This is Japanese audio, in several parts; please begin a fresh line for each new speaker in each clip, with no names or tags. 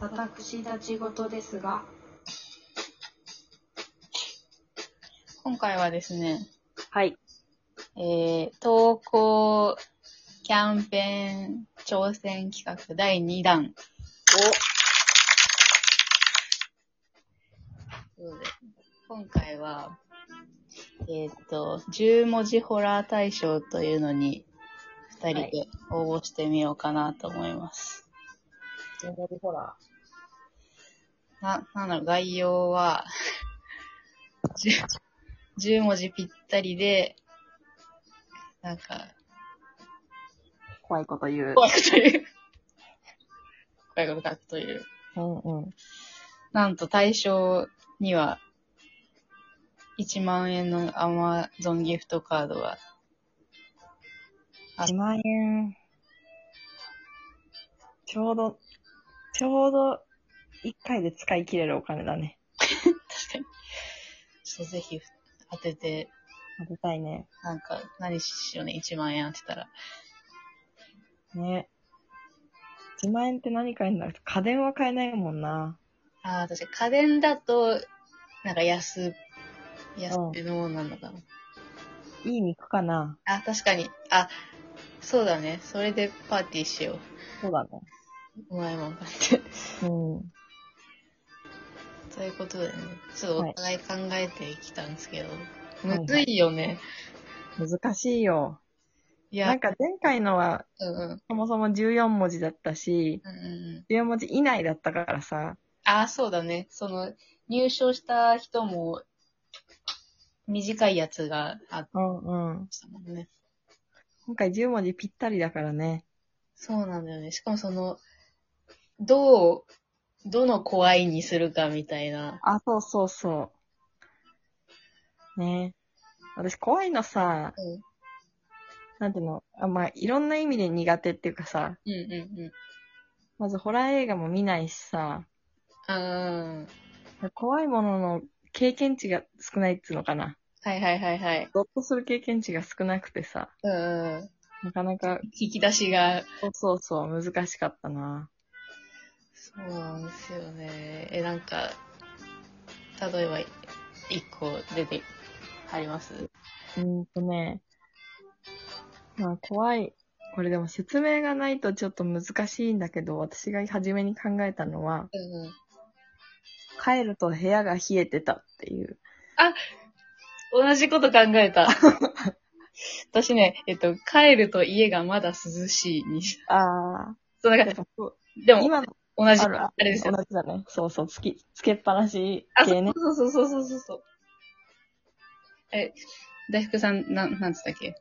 私たち事ですが、
今回はですね、
はい。
えー、投稿キャンペーン挑戦企画第2弾ということで。今回は、えーっと、10文字ホラー大賞というのに、二人
は
で応募してみようかなと思います。
お、10文字ホラ
な、なんだろう、概要は、10 10文字ぴったりで、なんか、
ー。怖いこと言う。
怖いこと言う。怖いこと書くという。
うんうん。
なんと対象には、1万円の Amazon ギフトカードが、あ
1万円。ちょうど、ちょうど、1回で使い切れるお金だね。
確かに。ちょっとぜひ当てて、
食べたいね。
なんか何しようね、1万円当てたら。
ね。1万円って何買えるんだろう家電は買えないもんな。
ああ、確かに家電だと、なんか安、安めのものなのかな。
いい肉かな。
あ、確かに。あ、そうだね。それでパーティーしよ
そうだね。
う。うまいもん買って。
うん。
ということでね、ちょっと
は
お
い
互い考えてきたんですけど、
はい
むずいよね。
難しいよ。
い
な
や
ん、か前回のは、
うんうん。
そもそも14文字だったし、
うんうんうん、
14文字以内だったからさ。
ああ、そうだね。その、入賞した人も、短いやつがあっ
うんうん。
たもんね。
今回10文字ぴったりだからね。
そうなんだよね。しかもその、どう、どの怖いにするかみたいな。
あ、そうそうそう。ね私怖いのさ、
うん。
なんていうの、あまあ、いろんな意味で苦手っていうかさ、
うんうんうん。
まずホラー映画も見ないしさ、
あ
怖いものの経験値が少ないっつうのかな。
あ。はいはいはいはい。
ゾッとする経験値が少なくてさ、
うんうん。
なかなか、
引き出しが。
そうそうそう、難しかったな。
そうなんですよね。え、なんか、例えば、一個出て、あります
うーんとね、まあ怖い。これでも説明がないとちょっと難しいんだけど、私が初めに考えたのは、
うんうん。
帰ると部屋が冷えてたっていう。
同じこと考えた。 私ね、えっと、帰ると家がまだ涼しいにし。
あ
そう、なん
や
か
っ、ぱそう
でも、
今の
同じ、
ある
あれですよ。
同じだね。そうそう、つき、つけっぱなし
あ、そ
系
う
ね。
そうそうそうそうそう。え、大福さん、なん、なんつったっけ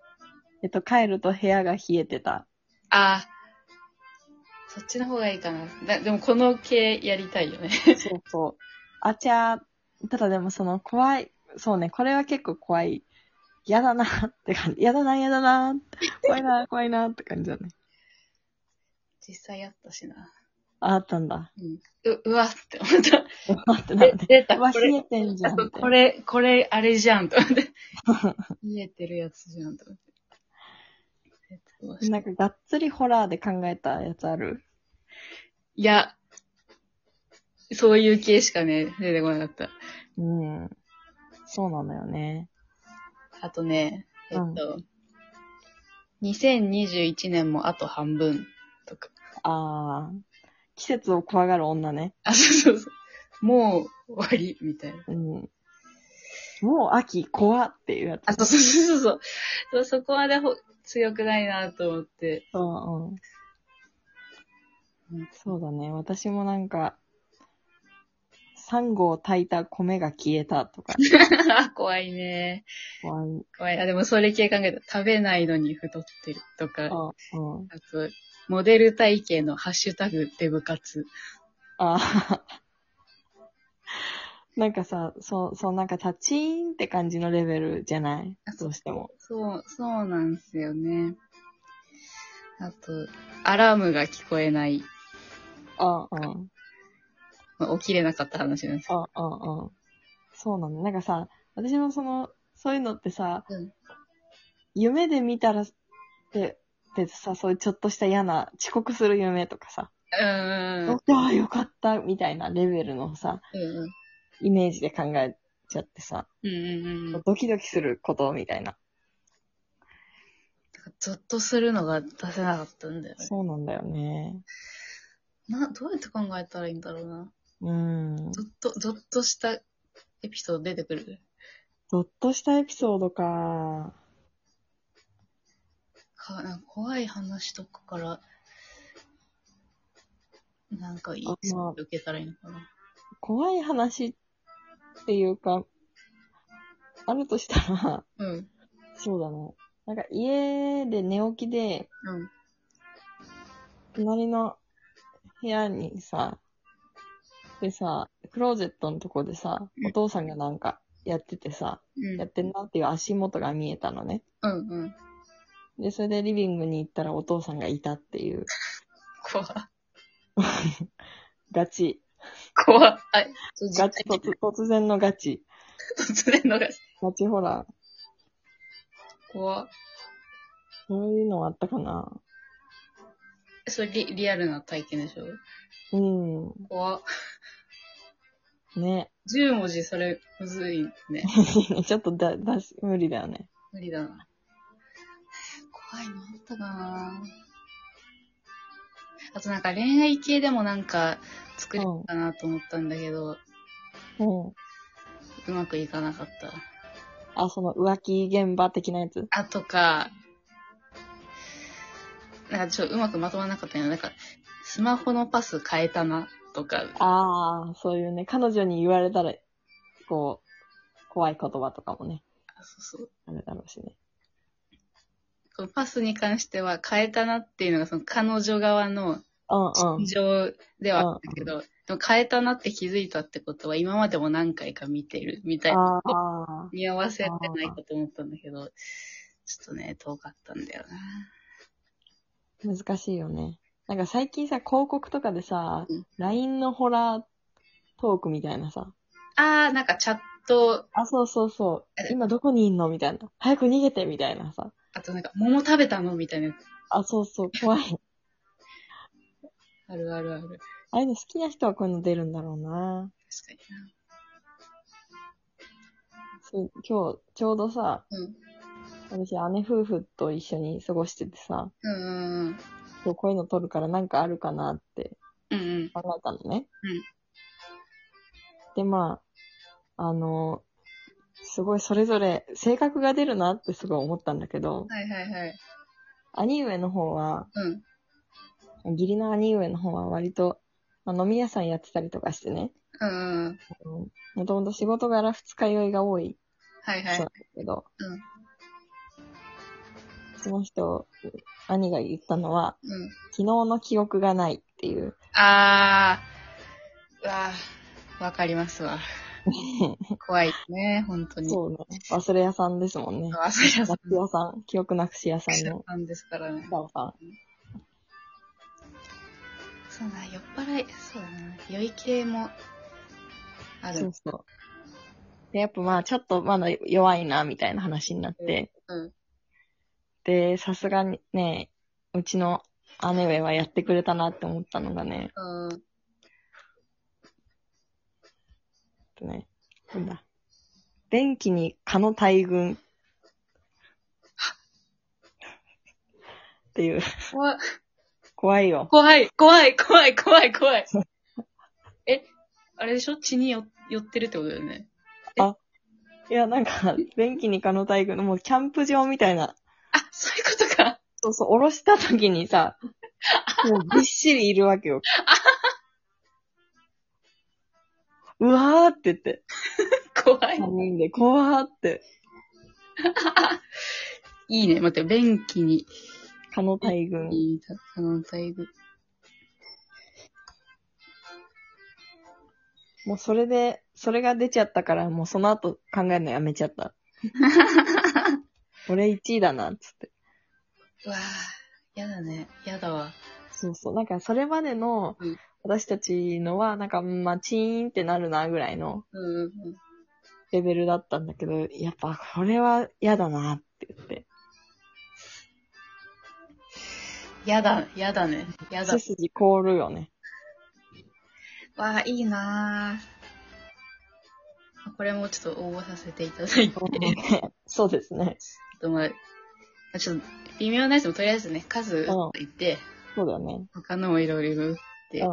えっと、帰ると部屋が冷えてた。
ああ。そっちの方がいいかな。だでも、この系やりたいよね。
そうそう。あちゃー、ただでもその怖い、そうね、これは結構怖い。嫌だなって感じ。嫌だな、嫌だな。怖いな、怖いなって感じだね。
実際あったしな。
ああったんだ。
うん。う、うわって思った。
待ってな
で
んで。
出た。
うわ、
これ
冷えてんじゃん
あと
って。
これ、これ、あれじゃん、と 思って。見えてるやつじゃん、と思って。
なんかがっつりホラーで考えたやつある
いや、そういう系しかね、出てこなかった。
うん。そうなのよね。
あとね、えっと、2021年もあと半分とか。
あー。季節を怖がる女ね。
あ、そうそうそう。もう終わり、みたいな。
うん。もう秋怖っていうやつ。
あ、そうそうそうそうそう。そこまでほ強くないなと思って。
うんうん。そうだね。私もなんか、サンゴを炊いた米が消えた とか。
怖いね。
怖い。うん。
怖い。あ、でもそれ系考えた。食べないのに太ってるとか。
うん。
あと、モデル体型のハッシュタグデブ活。
あー なんかさ、そう、そう、なんかタチーンって感じのレベルじゃない
あそ
ど
う
うしても。
そう、そうなんですよね。あと、アラームが聞こえない。
あうん。
まあ起きれなかった話なんですけ
あうんうん。そうなの。なんかさ、私もその、そういうのってさ、
うん
夢で見たらって、でさ、そういうちょっとした嫌な、遅刻する夢とかさ、
うんうん。
ああ、よかった、みたいなレベルのさ、
うん
イメージで考えちゃってさ、
うんうんうんうん。
ドキドキすることみたいな。
ゾッとするのが出せなかったんだよね。
そうなんだよね。
な、どうやって考えたらいいんだろうな。
うん。
ゾッと、ゾッとしたエピソード出てくる。
ゾッとしたエピソードか。
か、なんか怖い話とかから、なんかいい
あまあ
受けたらいいのかな。
怖い話っていうか、あるとしたら、
うん。
そうだな。なんか家で寝起きで、
うん。
隣の部屋にさ、でさ、クローゼットのとこでさ
う、ん
お父さんがなんかやっててさ、
うん
やってんなっていう足元が見えたのね。
うんうん。
で、それでリビングに行ったらお父さんがいたっていう、
怖い
ガチ、
怖い。はい。
ガチ、突突然のガチ、
突然のが
ガチホラー、
怖い。
そういうのはあったかな。
それリリアルな体験でしょ
うん、
怖い。
ね。
10文字それむずいね。
ちょっとだ、だし、無理だよね。
無理だな。怖いのあったかなあとなんか恋愛系でもなんか作れるかなと思ったんだけど、
うん。
うまくいかなかった。
あ、その浮気現場的なやつ。
あとか、なんかちょっとうまくまとまらなかったよね。なんか、スマホのパス変えたな、とか。
ああ、そういうね、彼女に言われたら、こう、怖い言葉とかもね、
そうそう。
あるだろうしね。
このパスに関しては変えたなっていうのがその彼女側の
うんうん
心。情ではあったけど、でも変えたなって気づいたってことは今までも何回か見てるみたいな。
ああ、
見合わせられないかと思ったんだけど、ちょっとね、遠かったんだよな。
難しいよね。なんか最近さ、広告とかでさ
うん、
LINE のホラートークみたいなさ、
あー、なんかチャット、
あ、そうそうそう
え、
今どこにいんのみたいな。早く逃げてみたいなさ。
あとなんか桃食べたのみたいなやつ。
あ、そうそう、怖い。
あるあるある。確か
ああいうの好きな人はこういうの出るんだろうな。
にな。
そう今日、ちょうどさ、
うん
私、姉夫婦と一緒に過ごしててさ、
うんうん
そうこういうの撮るからなんかあるかなって
うん。うんうん。
考えたのね。
うん
で、まあ、あの、すごいそれぞれ性格が出るなってすごい思ったんだけど、
はいはいはい。
兄上の方は、
うん。
義理の兄上の方は割と、まあ、飲み屋さんやってたりとかしてね、
うんうん。
もともと仕事柄二日酔いが多い
はいは
そうなん
い。
だけど、
うん
その人、兄が言ったのは、
うん。
昨日の記憶がないっていう。
あー、うわー、わかりま すわ。怖いですね、本当に。
そうね。忘れ屋さんですもんね。
あそりゃ
な
そ
く屋さん、記憶なくし屋さんの
うなんですからね。
北尾さ
そうだ、酔っ払い、そうだな。酔い系も、あ
ん。そ
る
う。そう。で、やっぱまあ、ちょっとまだ弱いな、みたいな話になって。
うん。
で、さすがにね、うちの姉上はやってくれたなって思ったのがね、
うん。
えっとね、なんだ。電気に蚊の大群。っていう、
怖い、
怖いよ。
怖い、怖い、怖い、怖 い、怖い。え、あれでしょ血によ寄ってるってことだよね。
いや、なんか、電気に蚊の大群、もうキャンプ場みたいな。
あ、そういうことか。
そうそう、おろした時にさ、もうびっしりいるわけよ。うわーって言って、
怖い。
3人で、怖ーって、
いいね。待って、便器に、
蚊の大群。
いい、あの、だ いぶ。
もうそれで、それが出ちゃったから、もうその後考えるのやめちゃった。俺1位だな、つって。
うわぁ、やだね。やだわ。
そうそう。なんか、それまでの
うん、
私たちのは、なんか、うんまあ、チーンってなるな、ぐらいの
うんうんうん。
レベルだったんだけど、やっぱ、これは嫌だな、って言って。
やだ、やだね。やだ
背。筋凍るよ ね。
わあ、いいなあこれもちょっと応募させていただいて。
そうですね。
とまあ、ちょっと微妙なやつもとりあえずね、数
う
いって、
そうだね。
他のもいろいろ
う
で
ん。
や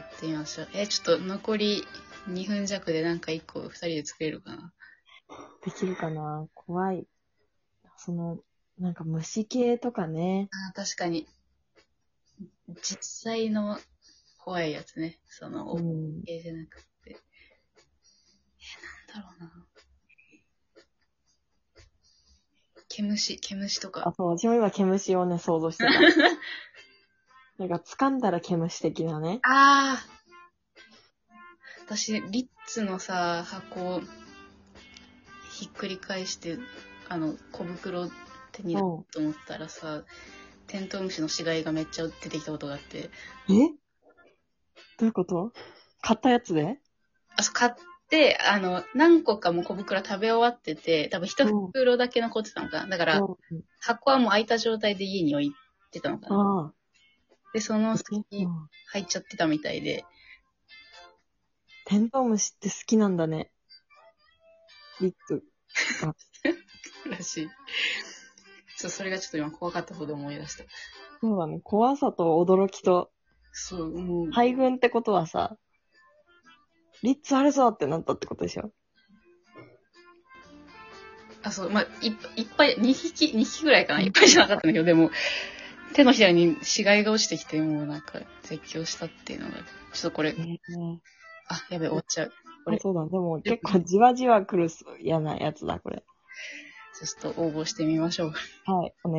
ってみましょう。え、ちょっと残り2分弱でなんか1個2人で作れるかな。
できるかな怖い。その、なんか虫系とかね。
あー確かに。実際の怖いやつね。その、お
う
ま
ん。
けじゃなくて。え、なんだろうな。毛虫、毛虫と
あ
か。、
そう、私も今毛虫をね、想像 してた。なんか掴んだら毛虫的なね。
ああ私、リッツのさ、箱をひっくり返して、あの、小袋を手に入れようと思ったらさ、テントウムシの死骸がめっちゃ出てきたことがあって、
えどういうこと買ったやつで
あ、そう、買って、あの、何個かもう小袋食べ終わってて、多分一袋だけ残ってたのかな。だから、
うん
箱はもう開いた状態で家に置いてたのかな。
あ
で、その
あ。
先に
うん
入っちゃってたみたいで、
テントウムシって好きなんだね。リッツ。
らしい。そう、それがちょっと今怖かったほど思い出した。
そうだね。怖さと驚きと、
そう、もう、
配分ってことはさ、リッツあるぞってなったってことでしょ
あ、そう、まあ、いっいっぱい、2匹、2匹ぐらいかな。いっぱいじゃなかったんだけど、でも、手のひらに死骸が落ちてきて、もうなんか、絶叫したっていうのが、ちょっとこれ、
ね
あ、やべえ、終わっちゃう。こ
あ
れ
そうだ、でも結構じわじわ来るす嫌なやつだ、これ。
ちょっと応募してみましょう。
はい、お願い